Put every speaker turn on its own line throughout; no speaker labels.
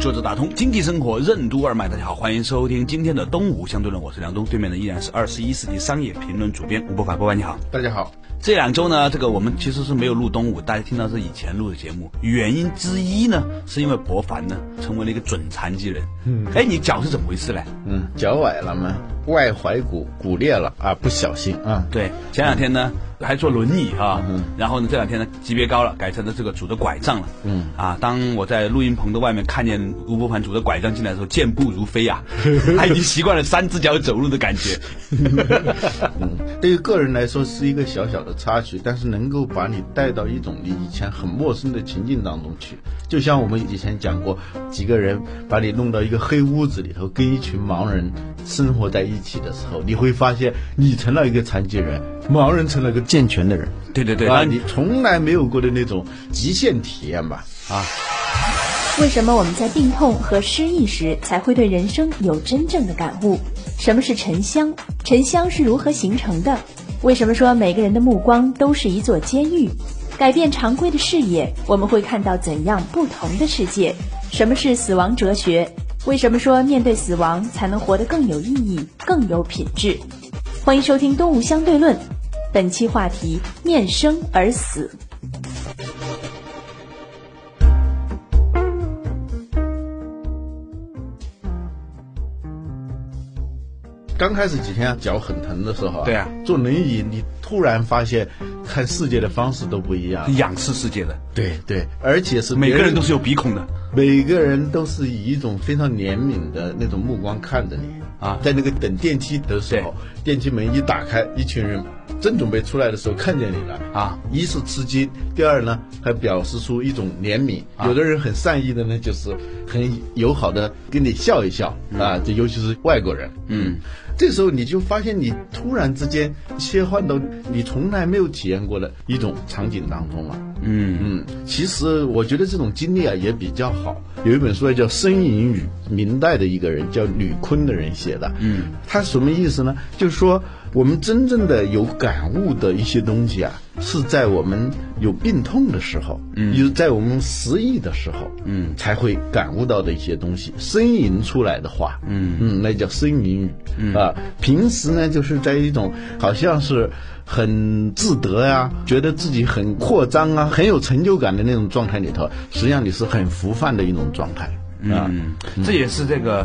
作者打通经济生活任督二脉，大家好，欢迎收听今天的《东吴相对论》，我是梁东，对面的依然是二十一世纪商业评论主编吴伯凡，伯凡你好。
大家好，
这两周呢，这个我们其实是没有录东吴，大家听到是以前录的节目，原因之一呢，是因为伯凡呢成为了一个准残疾人。嗯，哎，你脚是怎么回事嘞？
嗯，脚崴了嘛，外踝骨骨裂了啊，不小心啊，
对，前两天呢还坐轮椅啊，然后呢这两天呢级别高了，改成了这个拄着拐杖了。嗯啊，当我在录音棚的外面看见吴伯凡拄着拐杖进来的时候，健步如飞 啊，他已经习惯了三只脚走路的感觉。
对于个人来说是一个小小的插曲，但是能够把你带到一种你以前很陌生的情境当中去，就像我们以前讲过，几个人把你弄到一个黑屋子里头，跟一群盲人生活在一起的时候，你会发现你成了一个残疾人，盲人成了个健全的人，
对对对，
啊，
然后
你从来没有过的那种极限体验吧。
为什么我们在病痛和失意时才会对人生有真正的感悟？什么是沉香？沉香是如何形成的？为什么说每个人的目光都是一座监狱？改变常规的视野，我们会看到怎样不同的世界？什么是死亡哲学？为什么说面对死亡才能活得更有意义、更有品质？欢迎收听《东吴相对论》，本期话题：面生而死。
刚开始几天啊脚很疼的时候啊，
对啊
坐轮椅你突然发现看世界的方式都不一样，
仰视世界的，
对对，而且是
每
别
个人都是有鼻孔的。
每个人都是以一种非常怜悯的那种目光看着你
啊
在那个等电梯的时候，电梯门一打开，一群人正准备出来的时候看见你了
啊，
一是吃惊，第二呢还表示出一种怜悯，有的人很善意的呢，就是很友好的跟你笑一笑、啊，这尤其是外国人，嗯，这时候你就发现你突然之间切换到你从来没有体验过的一种场景当中了。
嗯，
嗯，其实我觉得这种经历啊也比较好。有一本书叫《呻吟与明代》的一个人叫吕坤的人写的。嗯，他什么意思呢？就是说我们真正的有感悟的一些东西啊，是在我们有病痛的时候，嗯，有在我们失意的时候，嗯，才会感悟到的一些东西。呻吟出来的话，嗯嗯，那叫呻吟语。嗯啊，平时呢就是在一种好像是。很自得呀、觉得自己很扩张啊，很有成就感的那种状态里头，实际上你是很浮泛的一种状态啊。
嗯，这也是这个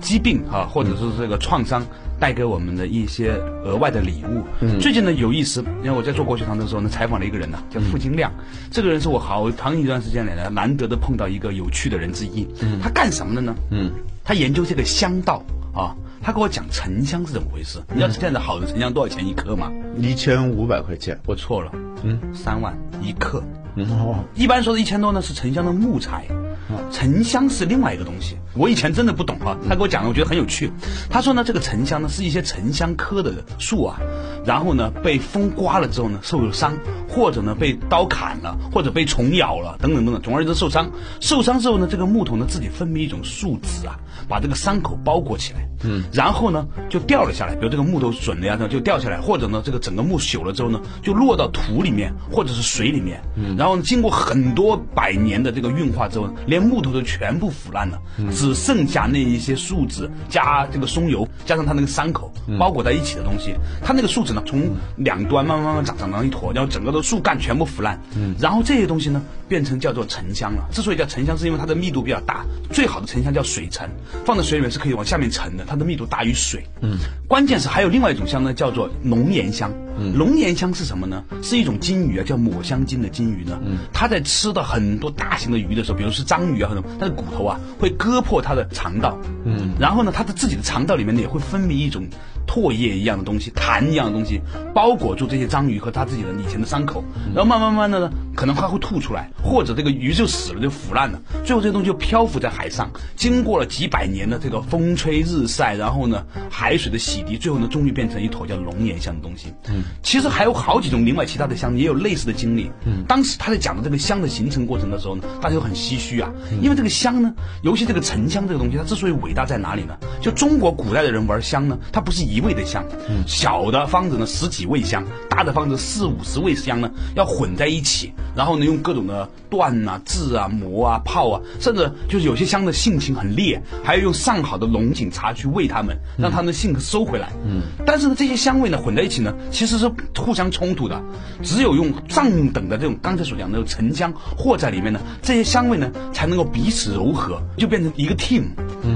疾病啊，或者是这个创伤带给我们的一些额外的礼物。最近呢有意思，因为我在做国学堂的时候呢，采访了一个人呢、叫付金亮。这个人是我好长一段时间来呢难得的碰到一个有趣的人之一。他干什么的呢？嗯，他研究这个香道啊。他跟我讲沉香是怎么回事？你知道现在的好的沉香多少钱一克吗？
一千五百块钱，
我错了，嗯，三万一克。
嗯哦，
一般说的一千多呢是沉香的木材，啊沉香是另外一个东西。我以前真的不懂啊，他给我讲的我觉得很有趣。他说呢，这个沉香呢是一些沉香科的树啊，然后呢被风刮了之后呢受了伤，或者呢被刀砍了，或者被虫咬了等等等等，总而言之受伤。受伤之后呢，这个木头呢自己分泌一种树脂啊，把这个伤口包裹起来，嗯，然后呢就掉了下来，比如这个木头损了呀，就掉下来，或者呢这个整个木朽了之后呢就落到土里面或者是水里面，嗯，然后呢经过很多百年的这个运化之后，连木头都全部腐烂了，只剩下那一些树脂加这个松油，加上它那个伤口包裹在一起的东西。它那个树脂呢，从两端慢慢慢慢长长成一坨，然后整个的树干全部腐烂。然后这些东西呢，变成叫做沉香了。之所以叫沉香，是因为它的密度比较大。最好的沉香叫水沉，放在水里面是可以往下面沉的，它的密度大于水。嗯，关键是还有另外一种香呢，叫做龙涎香。龙涎香是什么呢？是一种金鱼啊，叫抹香鲸的金鱼呢。它在吃到很多大型的鱼的时候，比如是章鱼啊，或者它的骨头啊，会割破它的肠道，嗯，然后呢，它的自己的肠道里面呢也会分泌一种唾液一样的东西、痰一样的东西，包裹住这些章鱼和它自己的以前的伤口，然后慢慢慢的呢，可能它会吐出来，或者这个鱼就死了，就腐烂了，最后这些东西就漂浮在海上，经过了几百年的这个风吹日晒，然后呢，海水的洗涤，最后呢，终于变成一坨叫龙涎香的东西。嗯，其实还有好几种另外其他的香也有类似的经历。嗯，当时他在讲的这个香的形成过程的时候呢，大家都很唏嘘啊，因为这个香呢，尤其这个沉香这个东西，它之所以伟大在哪里呢？就中国古代的人玩香呢，它不是一味的香，小的方子呢十几味香，大的方子四五十味香呢要混在一起，然后呢用各种的段啊、制啊、磨啊、泡啊，甚至就是有些香的性情很烈，还要用上好的龙井茶去喂它们，让它们的性收回来。嗯，但是呢这些香味呢混在一起呢，其实是互相冲突的，只有用上等的这种刚才所讲的那种沉香和在里面呢，这些香味呢才能够彼此柔和，就变成一个 team，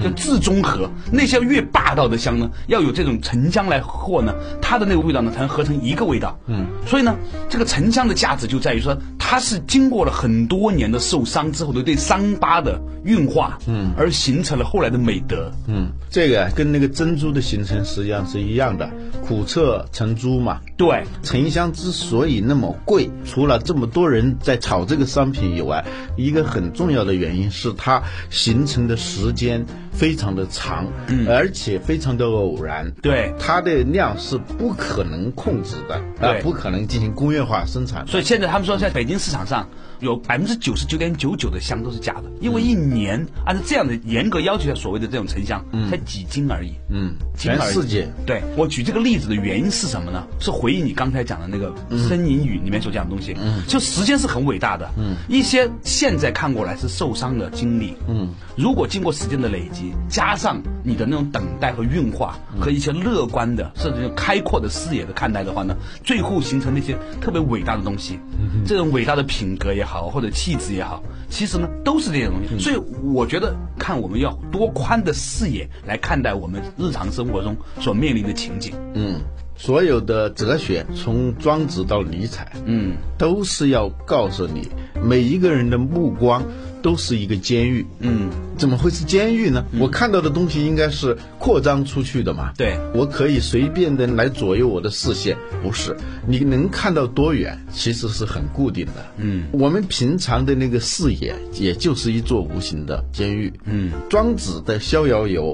就自中和。那些越霸道的香呢，要有这种沉香来和呢，它的那个味道呢才能合成一个味道。嗯，所以呢，这个沉香的价值就在于说，它是经过了很多年的受伤之后的对伤疤的运化，嗯，而形成了后来的美德。
嗯，这个跟那个珍珠的形成实际上是一样的，苦涩成珠嘛。
对，
沉香之所以那么贵，除了这么多人在炒这个商品以外，一个很重要的原因是它形成的时间非常的长，而且非常的偶然。
嗯对
它的量是不可能控制的，啊、
对
不可能进行工业化生产。
所以现在他们说，在北京市场上有百分之九十九点九九的香都是假的，因为一年按照这样的严格要求的所谓的这种沉香，才几斤而已。
嗯，
斤
全
而已
世界。
对我举这个例子的原因是什么呢？是回应你刚才讲的那个
嗯
《呻吟语》里面所讲的东西。嗯，就时间是很伟大的。嗯，一些现在看过来是受伤的经历。嗯，如果经过时间的累积，加上你的那种等待和运化，
嗯
和一些乐观的，甚至开阔的视野的看待的话呢，最后形成那些特别伟大的东西。这种伟大的品格也好，或者气质也好，其实呢都是这些东西。所以我觉得，看我们要多宽的视野来看待我们日常生活中所面临的情景。
嗯，所有的哲学从庄子到尼采，
嗯，
都是要告诉你，每一个人的目光都是一个监狱。
嗯，
怎么会是监狱呢？我看到的东西应该是扩张出去的嘛。
对
我可以随便的来左右我的视线，不是？你能看到多远，其实是很固定的。嗯，我们平常的那个视野，也就是一座无形的监狱。嗯，庄子的《逍遥游》。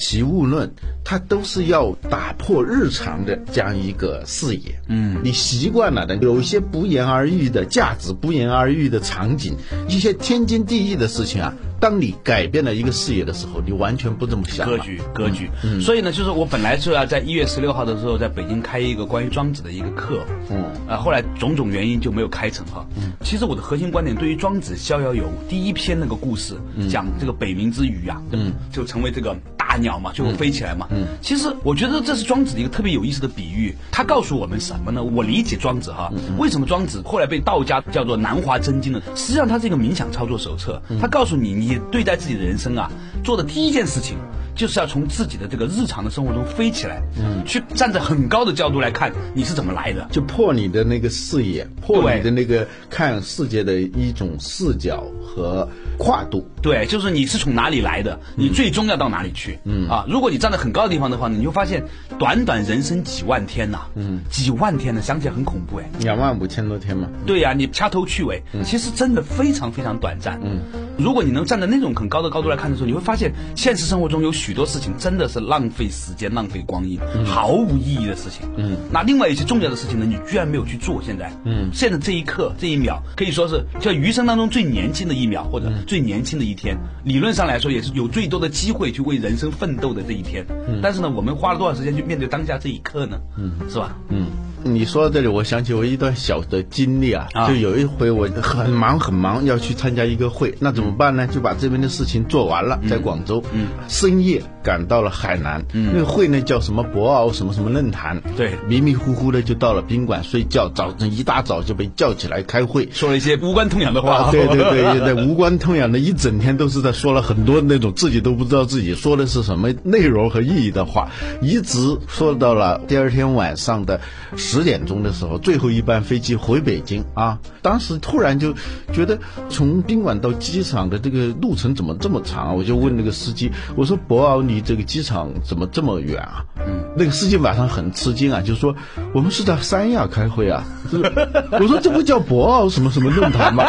《齐物论》，它都是要打破日常的这样一个视野。嗯，你习惯了的，有一些不言而喻的价值、不言而喻的场景，一些天经地义的事情啊。当你改变了一个视野的时候，你完全不这么想了。
格局，格局。所以呢，就是我本来是要在一月十六号的时候在北京开一个关于庄子的一个课，嗯，呃，后来种种原因就没有开成哈。其实我的核心观点对于庄子《逍遥游》第一篇那个故事，讲这个北冥之鱼啊，嗯，就成为这个大鸟嘛，最后飞起来嘛。嗯，其实我觉得这是庄子的一个特别有意思的比喻，他告诉我们什么呢？我理解庄子哈，为什么庄子后来被道家叫做南华真经呢？实际上它是一个冥想操作手册，它告诉你，你对待自己的人生啊，做的第一件事情。就是要从自己的这个日常的生活中飞起来，嗯，去站在很高的角度来看你是怎么来的。
就破你的那个视野，破
对
你的那个看世界的一种视角和跨度。
对，就是你是从哪里来的，你最终要到哪里去。嗯啊，如果你站在很高的地方的话呢，你会发现短短人生几万天呐、嗯，几万天呢，想起来很恐怖哎。
两万五千多天嘛，
对呀、你掐头去尾，其实真的非常非常短暂。嗯，如果你能站在那种很高的高度来看的时候，你会发现现实生活中有许多事情真的是浪费时间、浪费光阴，毫无意义的事情。嗯，那另外一些重要的事情呢，你居然没有去做。现在，嗯，现在这一刻、这一秒，可以说是叫余生当中最年轻的一秒，或者最年轻的一天。理论上来说，也是有最多的机会去为人生奋斗的这一天。但是呢，我们花了多少时间去面对当下这一刻呢？嗯，是吧？嗯，
你说到这里，我想起我一段小的经历啊，
啊
就有一回我很忙很忙，要去参加一个会，那怎么办呢？就把这边的事情做完了，在广州，嗯，深夜赶到了海南，嗯，那个会呢叫什么博鳌什么什么论坛，
对
迷迷糊糊的就到了宾馆睡觉，早晨一大早就被叫起来开会，
说了一些无关痛痒的话。
啊，对对 对，对，无关痛痒的，一整天都是在说了很多那种自己都不知道自己说的是什么内容和意义的话，一直说到了第二天晚上的十点钟的时候，最后一班飞机回北京啊。当时突然就觉得从宾馆到机场的这个路程怎么这么长啊？我就问那个司机，我说博鳌离这个机场怎么这么远啊？嗯，那个司机马上很吃惊啊，就说我们是在三亚开会啊。 我说这不叫博鳌什么什么论坛吗？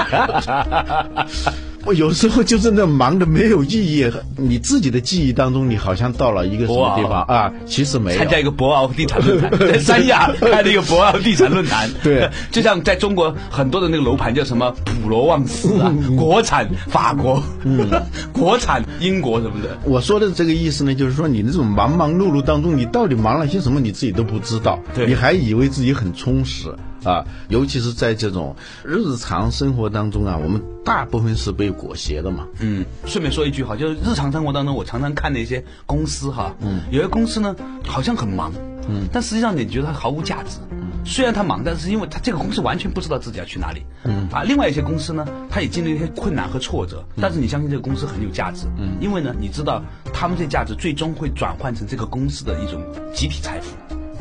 我有时候就真的忙得没有意义，你自己的记忆当中，你好像到了一个什么地方啊，其实没有
参。加一个博鳌地产 论坛，在三亚开了一个博鳌地产论坛。
对，
就像在中国很多的那个楼盘叫什么普罗旺斯啊，
嗯
国产法国， 国产英国什么的。
我说的这个意思呢，就是说你那种忙忙碌碌当中，你到底忙了些什么，你自己都不知道，
对
你还以为自己很充实啊。尤其是在这种日常生活当中啊，我们大部分是被裹挟的嘛。
嗯，顺便说一句哈，就是日常生活当中，我常常看的一些公司哈，嗯，有些公司呢好像很忙，嗯，但实际上你觉得它毫无价值。虽然他忙，但是因为他这个公司完全不知道自己要去哪里，嗯啊，另外一些公司呢，他也经历了一些困难和挫折，但是你相信这个公司很有价值，嗯，因为呢，你知道他们这价值最终会转换成这个公司的一种集体财富、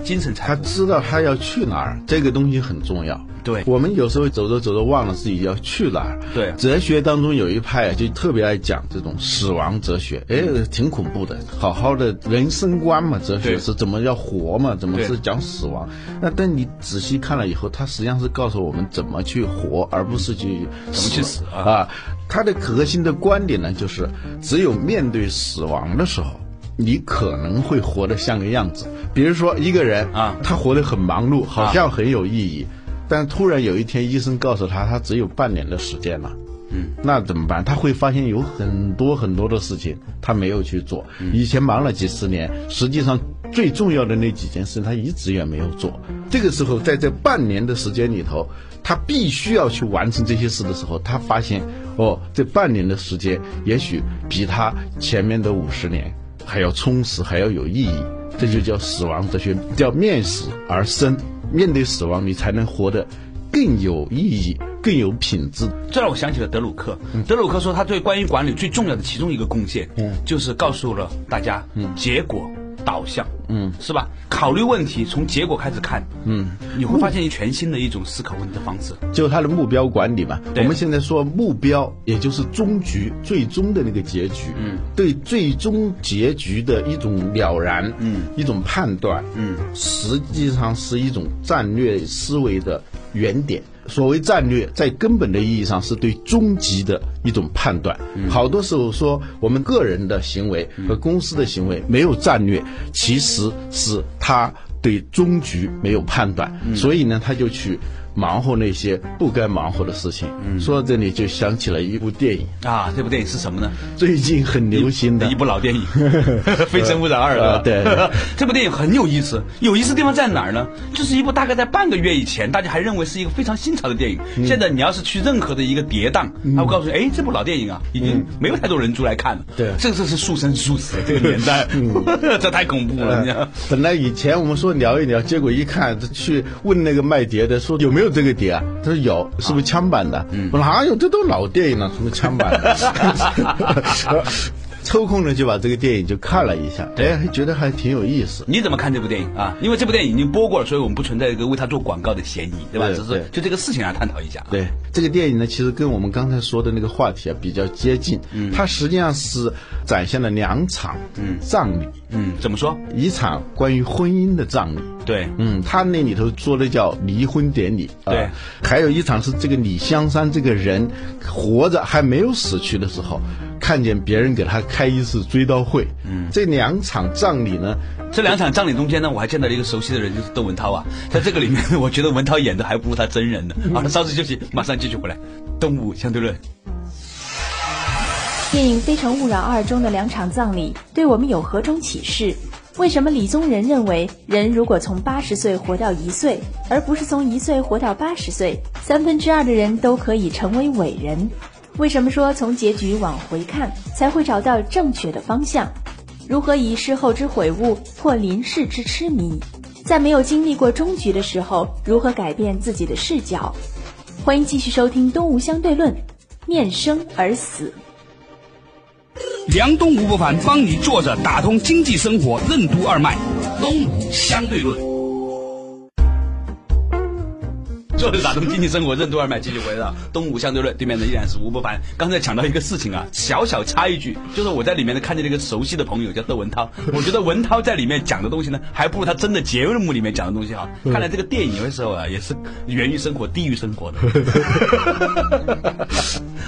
精神财
他
富。
知道他要去哪儿，这个东西很重要。
对
我们有时候走着走着忘了自己要去哪儿。
对
哲学当中有一派就特别爱讲这种死亡哲学，哎，
嗯
挺恐怖的。好好的人生观嘛，哲学
对
是怎么要活嘛，怎么
对
是讲死亡。那但你仔细看了以后，它实际上是告诉我们怎么去活，而不是去怎
么去死啊
啊。它的核心的观点呢，就是只有面对死亡的时候。你可能会活得像个样子，比如说一个人
啊
他活得很忙碌，好像很有意义，但突然有一天医生告诉他，他只有半年的时间了。嗯，那怎么办？他会发现有很多很多的事情他没有去做，以前忙了几十年，实际上最重要的那几件事他一直也没有做。这个时候，在这半年的时间里头，他必须要去完成这些事的时候，他发现哦，这半年的时间也许比他前面的五十年还要充实，还要有意义。这就叫死亡哲学，叫面死而生。面对死亡，你才能活得更有意义、更有品质。
这让我想起了德鲁克。德鲁克说，他对关于管理最重要的其中一个贡献，就是告诉了大家，结果导向，嗯，是吧？考虑问题从结果开始看，嗯，你会发现全新的一种思考问题的方式。
就它的目标管理嘛。我
对
们现在说目标，也就是终局、最终的那个结局。嗯，对最终结局的一种了然，嗯，一种判断，嗯，实际上是一种战略思维的原点。所谓战略，在根本的意义上是对终极的一种判断。好多时候说我们个人的行为和公司的行为没有战略，其实是他对终局没有判断，所以呢，他就去忙活那些不该忙活的事情。
嗯
说到这里，就想起了一部电影，
啊，这部电影是什么呢？
最近很流行的
一部老 电影《非诚勿扰二》
呃
了。
对对
这部电影很有意思。有意思的地方在哪儿呢？就是一部大概在半个月以前，大家还认为是一个非常新潮的电影。
嗯
现在你要是去任何的一个碟档，他会告诉你，哎，这部老电影啊，已经没有太多人出来看了。
嗯对嗯
这这是速生速死的这 个年代， 这太恐怖了。你知道
呃本来以前我们说聊一聊，结果一看去问那个卖碟的说有没有这个碟啊？他说有，是不是枪版
啊
的？
嗯
我说哪有，这都老电影了，什么枪版 的？ 抽空呢就把这个电影就看了一下，哎，还觉得还挺有意思。
你怎么看这部电影啊？因为这部电影已经播过了，所以我们不存在一个为他做广告的嫌疑，对吧？
对
只
对
是就这个事情来探讨一下。啊
对这个电影呢，其实跟我们刚才说的那个话题啊比较接近。嗯，它实际上是展现了两场葬礼，
嗯，怎么说？
一场关于婚姻的葬礼，
对，
嗯，他那里头说的叫离婚典礼，啊
对
还有一场是这个李香山这个人活着还没有死去的时候，看见别人给他开一次追悼会，嗯，这两场葬礼呢，
这两场葬礼中间呢，我还见到了一个熟悉的人，就是窦文涛啊。在这个里面，我 觉得文涛演的还不如他真人呢。好了，稍事休息，马上继续回来。动物相对论，
电影《非诚勿扰二》中的两场葬礼对我们有何种启示？为什么李宗仁认为，人如果从八十岁活到一岁，而不是从一岁活到八十岁，三分之二的人都可以成为伟人？为什么说从结局往回看才会找到正确的方向？如何以事后之悔悟破临世之痴迷？在没有经历过终局的时候，如何改变自己的视角？欢迎继续收听《东吴相对论》，面生而死。
梁东吴不凡帮你坐着打通经济生活任督二脉，东吴相对论。
就是打通经济生活任督二脉，继续回到东吴相对论，对面的依然是吴伯凡。刚才讲到一个事情啊，小小插一句，就是我在里面呢看见了一个熟悉的朋友叫窦文涛，我觉得文涛在里面讲的东西呢，还不如他真的节目里面讲的东西好。看来这个电影有的时候啊，也是源于生活、低于生活的。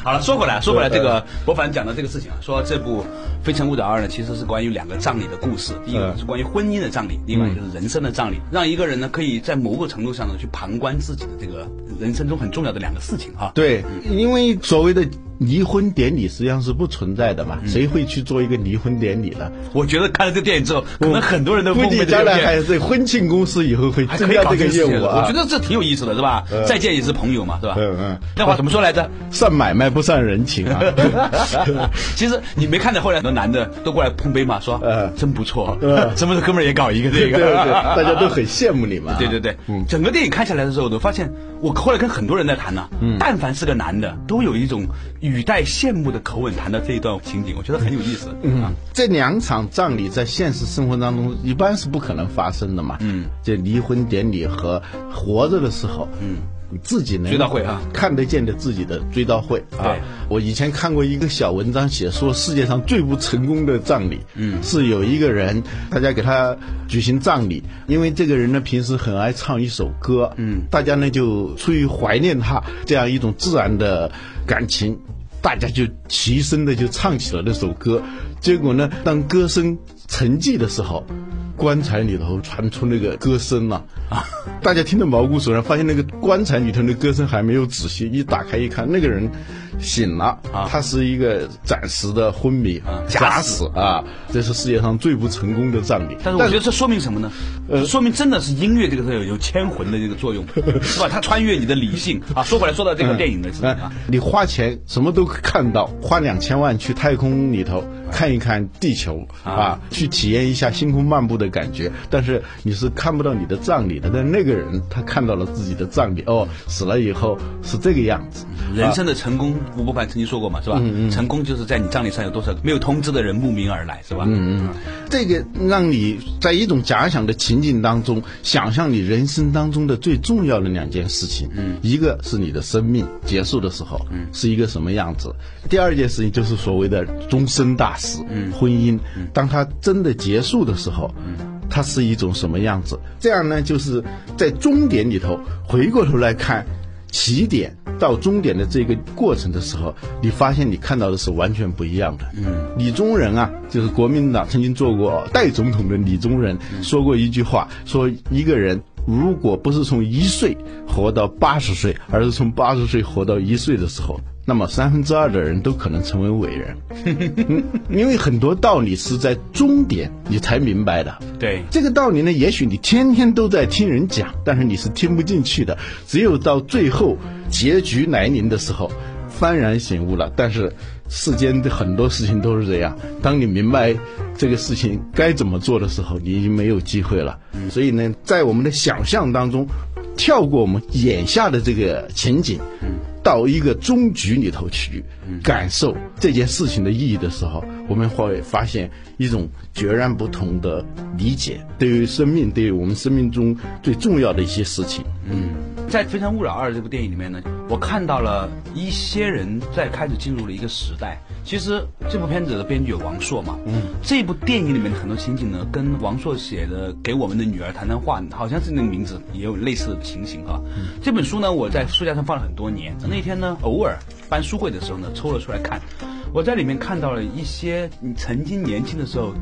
好了，说回来，说回来，这个博凡讲的这个事情啊，说这部《非诚勿扰二》呢，其实是关于两个葬礼的故事，
嗯
一个是关于婚姻的葬礼，另外就是人生的葬礼，让一个人呢可以在某个程度上呢去旁观自己的这个人生中很重要的两个事情啊哈。
对，因为所谓的离婚典礼实际上是不存在的嘛，
嗯
谁会去做一个离婚典礼呢？
我觉得看了这个电影之后，可能很多人都
估
崩
计
溃
将来还
的。
是婚庆公司以后会
还
增
可以
加
搞
这个
事
业
情
务啊。
我觉得这挺有意思的，是吧？再见也是朋友嘛，是吧？
嗯嗯
那话怎么说来着？啊
算买卖不算人情啊。
其实你没看到后来很多男的都过来碰杯嘛，说
呃
真不错
呃，
什么时候哥们儿也搞一个这
对
个，
对，大家都很羡慕你嘛。
对对对，整个电影看下来的时候，我发现我后来跟很多人在谈呢、但凡是个男的，都有一种语带羡慕的口吻谈到这一段情景，我觉得很有意思。嗯，
这两场葬礼在现实生活当中一般是不可能发生的嘛。嗯，这离婚典礼和活着的时候，嗯，自己能
追悼会啊，
看得见的自己的追悼会啊
对。
我以前看过一个小文章，写说世界上最不成功的葬礼，嗯，是有一个人，大家给他举行葬礼，因为这个人呢平时很爱唱一首歌，嗯，大家呢就出于怀念他这样一种自然的感情，大家就齐声的就唱起了那首歌。结果呢，当歌声沉寂的时候，棺材里头传出那个歌声了啊！ 大家听得毛骨悚然，发现那个棺材里头的歌声还没有止息。一打开一看，那个人醒了，啊、他是一个暂时的昏迷、
啊
假
假死
死啊！这是世界上最不成功的葬礼。
但是我觉得这说明什么呢？说明真的是呃音乐这个时候有有牵魂的这个作用，是吧？它穿越你的理 性啊。说回来，说到这个电影的事情
嗯
啊，，
你花钱什么都看到，花两千万去太空里头看一看地球啊，去体验一下星空漫步的感觉，但是你是看不到你的葬礼的。但那个人他看到了自己的葬礼，哦，死了以后是这个样子。
人生的成功，吴伯凡曾经说过嘛，是吧？成功就是在你葬礼上有多少个没有通知的人慕名而来，是吧？嗯嗯。
这个让你在一种假想的情景当中，想象你人生当中的最重要的两件事情，嗯，一个是你的生命结束的时候，嗯，是一个什么样子；第二件事情就是所谓的终身大事，嗯，婚姻，当它真的结束的时候，嗯。它是一种什么样子？这样呢，就是在终点里头回过头来看，起点到终点的这个过程的时候，你发现你看到的是完全不一样的。嗯，李宗仁啊，就是国民党曾经做过代总统的李宗仁说过一句话，说一个人。如果不是从一岁活到八十岁，而是从八十岁活到一岁的时候，那么三分之二的人都可能成为伟人，嗯因为很多道理是在终点你才明白的。
对，
这个道理呢，也许你天天都在听人讲，但是你是听不进去的。只有到最后结局来临的时候，幡然醒悟了。但是世间的很多事情都是这样，当你明白这个事情该怎么做的时候，你已经没有机会了。所以呢，在我们的想象当中，跳过我们眼下的这个情景，到一个终局里头去感受这件事情的意义的时候，我们会发现一种截然不同的理解，对于生命，对于我们生命中最重要的一些事情。
在《非诚勿扰二》这部电影里面呢，我看到了一些人在开始进入了一个时代。其实这部片子的编剧有王朔嘛，嗯，这部电影里面的很多情景呢，跟王朔写的《给我们的女儿谈谈话》好像是那个名字，也有类似的情形哈、这本书呢，我在书架上放了很多年。那天呢，偶尔搬书柜的时候呢，抽了出来看，我在里面看到了一些你曾经年轻的时候。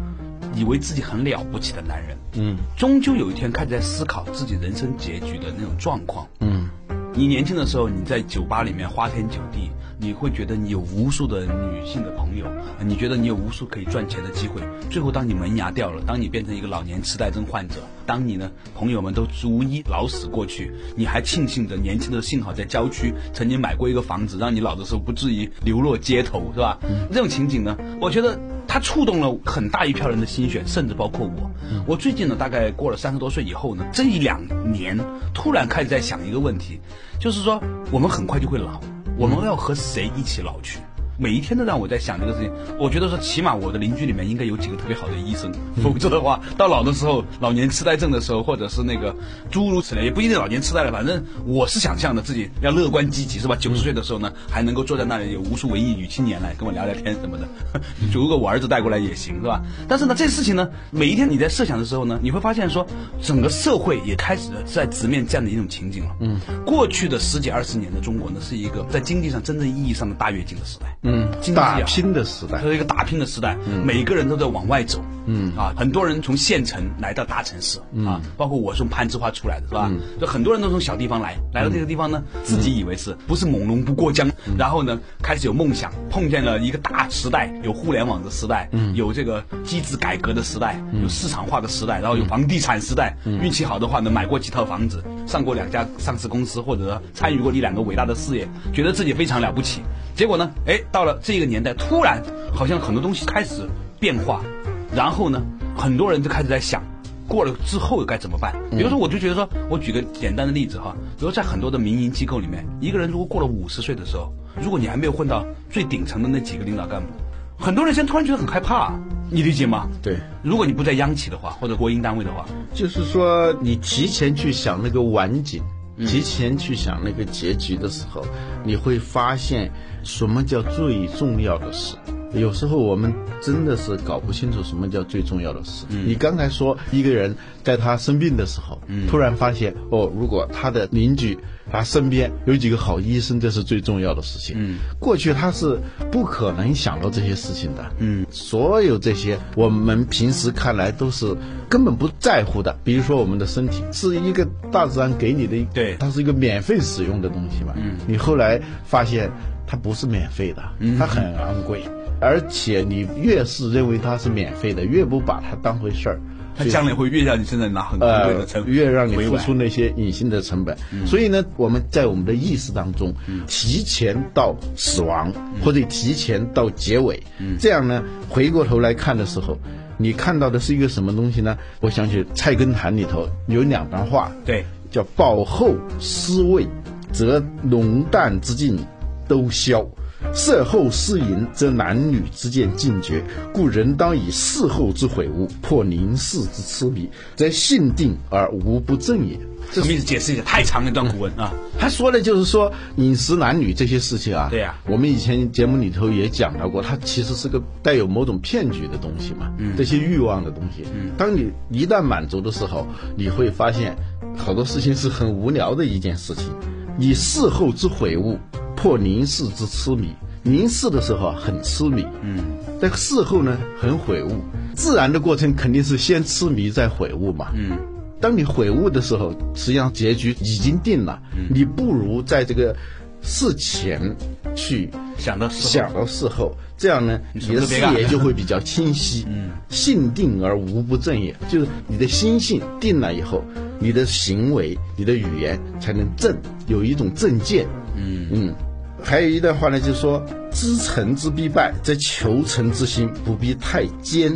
以为自己很了不起的男人，嗯，终究有一天开始在思考自己人生结局的那种状况，嗯。你年轻的时候，你在酒吧里面花天酒地，你会觉得你有无数的女性的朋友，你觉得你有无数可以赚钱的机会。最后，当你门牙掉了，当你变成一个老年痴呆症患者，当你呢朋友们都逐一老死过去，你还庆幸着年轻的幸好在郊区曾经买过一个房子，让你老的时候不至于流落街头，是吧？这种情景呢，我觉得它触动了很大一票人的心弦，甚至包括我。我最近呢，大概过了三十多岁以后呢，这一两年突然开始在想一个问题，就是说我们很快就会老，我们要和谁一起老去？每一天都让我在想这个事情。我觉得说，起码我的邻居里面应该有几个特别好的医生，否则的话，到老的时候，老年痴呆症的时候，或者是那个诸如此类，也不一定老年痴呆了。反正我是想象的自己要乐观积极，是吧？九十岁的时候呢，还能够坐在那里，有无数文艺女青年来跟我聊聊天什么的。 如果我儿子带过来也行，是吧？但是呢，这事情呢，每一天你在设想的时候呢，你会发现说，整个社会也开始在直面这样的一种情景了。嗯，过去的十几二十年的中国呢，是一个在经济上真正意义上的大跃进的时代。嗯，经济啊
打拼的时代
它。是一个打拼的时代，每个人都在往外走，嗯啊，很多人从县城来到大城市，啊，包括我从攀枝花出来的是吧？就很多人都从小地方来，来到这个地方呢，自己以为是不是猛龙不过江，然后呢开始有梦想，碰见了一个大时代，有互联网的时代，有这个机制改革的时代，有市场化的时代，然后有房地产时代，运气好的话呢，买过几套房子，上过两家上市公司，或者参与过一两个伟大的事业，觉得自己非常了不起。结果呢，哎，到了这个年代，突然好像很多东西开始变化，然后呢，很多人就开始在想，过了之后该怎么办？
嗯
比如说，我就觉得说，我举个简单的例子哈，比如在很多的民营机构里面，一个人如果过了五十岁的时候，如果你还没有混到最顶层的那几个领导干部，很多人现在突然觉得很害怕，你理解吗？
对，
如果你不在央企的话，或者国营单位的话，
就是说你提前去想那个晚景，提前去想那个结局的时候，你会发现什么叫最重要的事。有时候我们真的是搞不清楚什么叫最重要的事。你刚才说一个人在他生病的时候，突然发现哦，如果他的邻居他身边有几个好医生，这是最重要的事情。过去他是不可能想到这些事情的。嗯，所有这些我们平时看来都是根本不在乎的，比如说我们的身体是一个大自然给你的一，
对
它是一个免费使用的东西嘛。嗯，你后来发现它不是免费的，它很昂贵。而且你越是认为它是免费的，越不把它当回事儿。
他将来会越让你身上拿很昂贵
呃
的成，
越嗯让你
回
付
来
出那些隐性的成本。所以呢，我们在我们的意识当中，提前到死亡、或者提前到结尾，这样呢，回过头来看的时候。你看到的是一个什么东西呢？我想起《菜根谭》里头有两段话，
对，
叫“饱后思味，则浓淡之境都消；色后思淫，则男女之间尽绝。故人当以事后之悔悟，破临事之痴迷，则性定而无不正也。”
什么意思？解释一下，太长了一段古文啊。
他说的就是说饮食男女这些事情啊，
对呀
我们以前节目里头也讲到过，它其实是个带有某种骗局的东西嘛，嗯，这些欲望的东西，嗯，当你一旦满足的时候，你会发现好多事情是很无聊的一件事情，以事后之悔悟，破凝视之痴迷。凝视的时候啊很痴迷，嗯，但事后呢很悔悟，自然的过程肯定是先痴迷再悔悟嘛，嗯，当你悔悟的时候，实际上结局已经定了。
嗯
你不如在这个事前去
想到事后
想到事后，这样呢，你
你什么
的
都
视
别干
野就会比较清 晰。嗯，性定而无不正也，就是你的心性定了以后，你的行为、你的语言才能正，有一种正见。嗯嗯。还有一段话呢，就是说知诚之必败，则求诚之心不必太坚；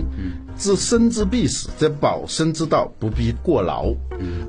知生之必死，则保身之道不必过劳。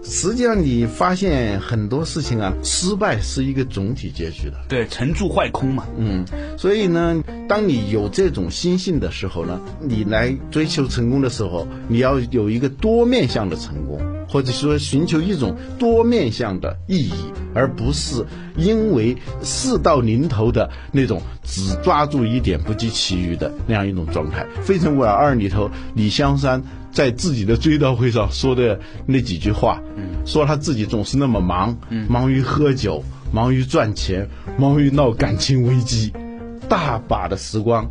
实际上，你发现很多事情啊，失败是一个总体结局的。
对，沉住坏空嘛。
嗯，所以呢，当你有这种心性的时候呢，你来追求成功的时候，你要有一个多面向的成功，或者说寻求一种多面向的意义，而不是因为事到临头的那种只抓住一点不及其余的那样一种状态。《非诚勿扰二》里头，李香山。在自己的追悼会上说的那几句话，说他自己总是那么忙，忙于喝酒，忙于赚钱，忙于闹感情危机，大把的时光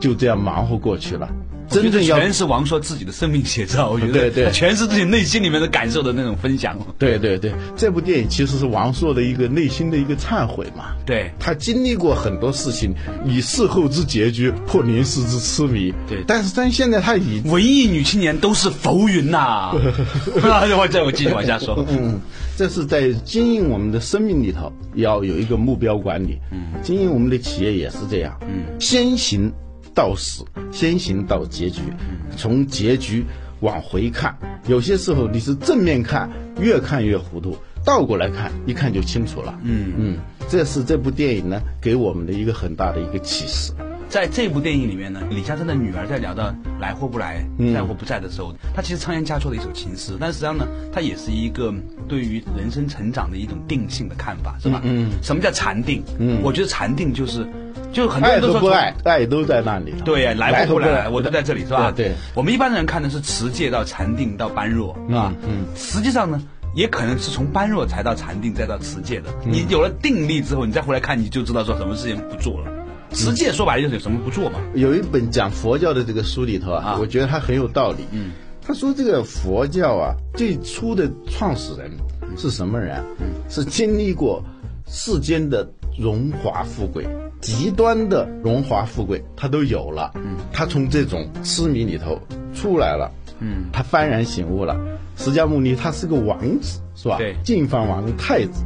就这样忙活过去了。 真正要
全是王朔自己的生命写照，我觉得
对对
他全是自己内心里面的感受的那种分享。
对对对，这部电影其实是王朔的一个内心的一个忏悔嘛。
对
他经历过很多事情，以事后之结局破临时之痴迷。
对
但是但现在他已
文艺女青年都是浮 云呐、 我再我继续往下说。
嗯，这是在经营我们的生命里头要有一个目标管理。嗯，经营我们的企业也是这样。嗯，先行到死，先行到结局，
嗯
从结局往回看，有些时候你是正面看，越看越糊涂。倒过来看，一看就清楚了。嗯嗯，这是这部电影呢给我们的一个很大的一个启示。
在这部电影里面呢，李嘉诚的女儿在聊到来或不来、
嗯
在或不在的时候，她其实仓央嘉措的一首情诗，但实际上呢，它也是一个对于人生成长的一种定性的看法，是吧？嗯，什么叫禅定？嗯，我觉得禅定就是，就很多
爱
人都
和
说
不爱，爱都在那里。
对呀，来
和
或不
来
来，我都在这里，是吧？
对对
我们一般人看的是持戒到禅定到般若，啊，嗯，实际上呢。也可能是从般若才到禅定，再到持戒的。你有了定力之后，你再回来看，你就知道说什么事情不做了。持戒说白了就是有什么不做嘛。
有一本讲佛教的这个书里头啊，
啊
我觉得它很有道理。嗯，他说这个佛教啊，最初的创始人是什么人啊？是经历过世间的荣华富贵。极端的荣华富贵，他都有了。嗯，他从这种痴迷里头出来了。嗯，他幡然醒悟了。释迦牟尼他是个王子，是吧？
对
晋藩王的太子，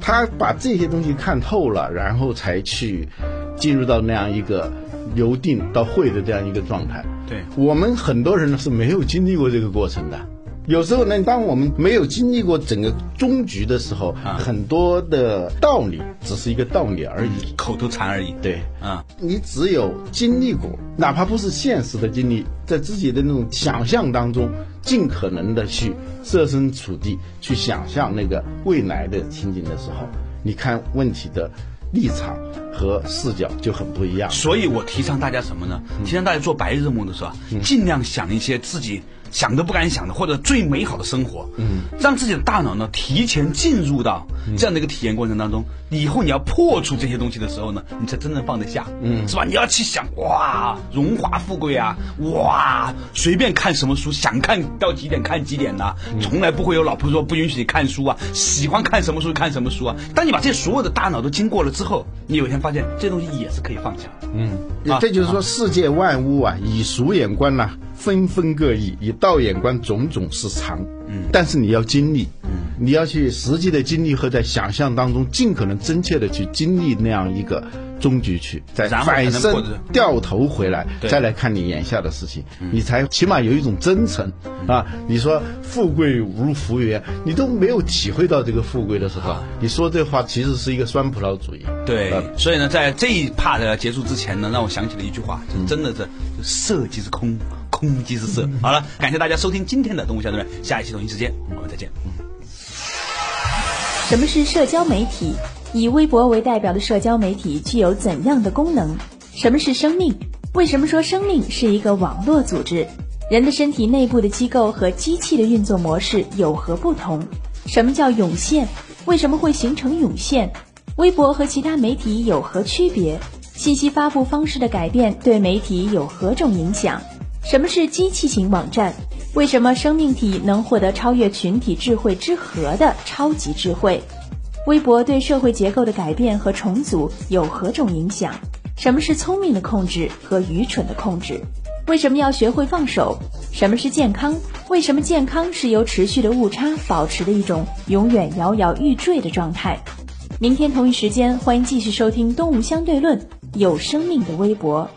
他把这些东西看透了，然后才去进入到那样一个由定到会的这样一个状态。
对
我们很多人呢是没有经历过这个过程的。有时候呢，当我们没有经历过整个终局的时候，很多的道理只是一个道理而已。
口头禅而已。
对，
啊，
你只有经历过，哪怕不是现实的经历，在自己的那种想象当中，尽可能的去设身处地去想象那个未来的情景的时候，你看问题的立场和视角就很不一样。
所以我提倡大家什么呢？提倡大家做白日梦的时候啊，尽量想一些自己想都不敢想的，或者最美好的生活，嗯，让自己的大脑呢提前进入到这样的一个体验过程当中。以后你要破除这些东西的时候呢，你才真正放得下，嗯，是吧？你要去想哇，荣华富贵啊，哇，随便看什么书，想看到几点看几点呐、从来不会有老婆说不允许你看书啊，喜欢看什么书看什么书啊。当你把这所有的大脑都经过了之后，你有一天发现这东西也是可以放下的。啊
这就是说，世界万物啊，以俗眼观呐、纷纷各异；以道眼观，种种是常。嗯，但是你要经历，嗯，你要去实际的经历和在想象当中，尽可能真切的去经历那样一个终局去，再
然后才
反
能
身
获得
掉头回来，再来看你眼下的事情，
嗯
你才起码有一种真诚啊！你说富贵如浮云，你都没有体会到这个富贵的时候，
啊
你说这话其实是一个酸葡萄主义。
对
呃，
所以呢，在这一 part 的结束之前呢，让我想起了一句话，就真的是就色即是空，空即是色。好了，感谢大家收听今天的《动物小队》，下一期同一时间我们再见。
什么是社交媒体？以微博为代表的社交媒体具有怎样的功能？什么是生命？为什么说生命是一个网络组织？人的身体内部的机构和机器的运作模式有何不同？什么叫涌现？为什么会形成涌现？微博和其他媒体有何区别？信息发布方式的改变对媒体有何种影响？什么是机器型网站？为什么生命体能获得超越群体智慧之和的超级智慧？微博对社会结构的改变和重组有何种影响？什么是聪明的控制和愚蠢的控制？为什么要学会放手？什么是健康？为什么健康是由持续的误差保持的一种永远摇摇欲坠的状态？明天同一时间，欢迎继续收听《东吴相对论》，有生命的微博。